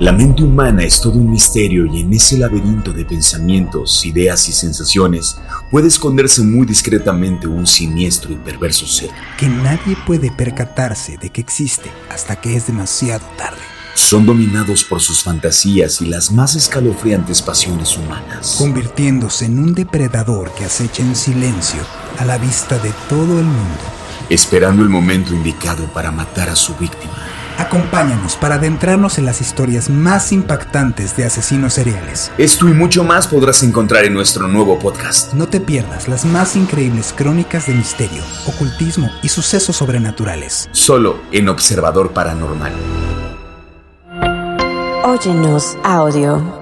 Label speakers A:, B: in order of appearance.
A: La mente humana es todo un misterio y en ese laberinto de pensamientos, ideas y sensaciones puede esconderse muy discretamente un siniestro y perverso ser.
B: que nadie puede percatarse de que existe hasta que es demasiado tarde.
A: Son dominados por sus fantasías y las más escalofriantes pasiones humanas.
B: convirtiéndose en un depredador que acecha en silencio a la vista de todo el mundo.
A: esperando el momento indicado para matar a su víctima.
B: Acompáñanos para adentrarnos en las historias más impactantes de asesinos seriales.
A: Esto y mucho más podrás encontrar en nuestro nuevo podcast.
B: No te pierdas las más increíbles crónicas de misterio, ocultismo y sucesos sobrenaturales.
A: Solo en Observador Paranormal.
C: Óyenos audio.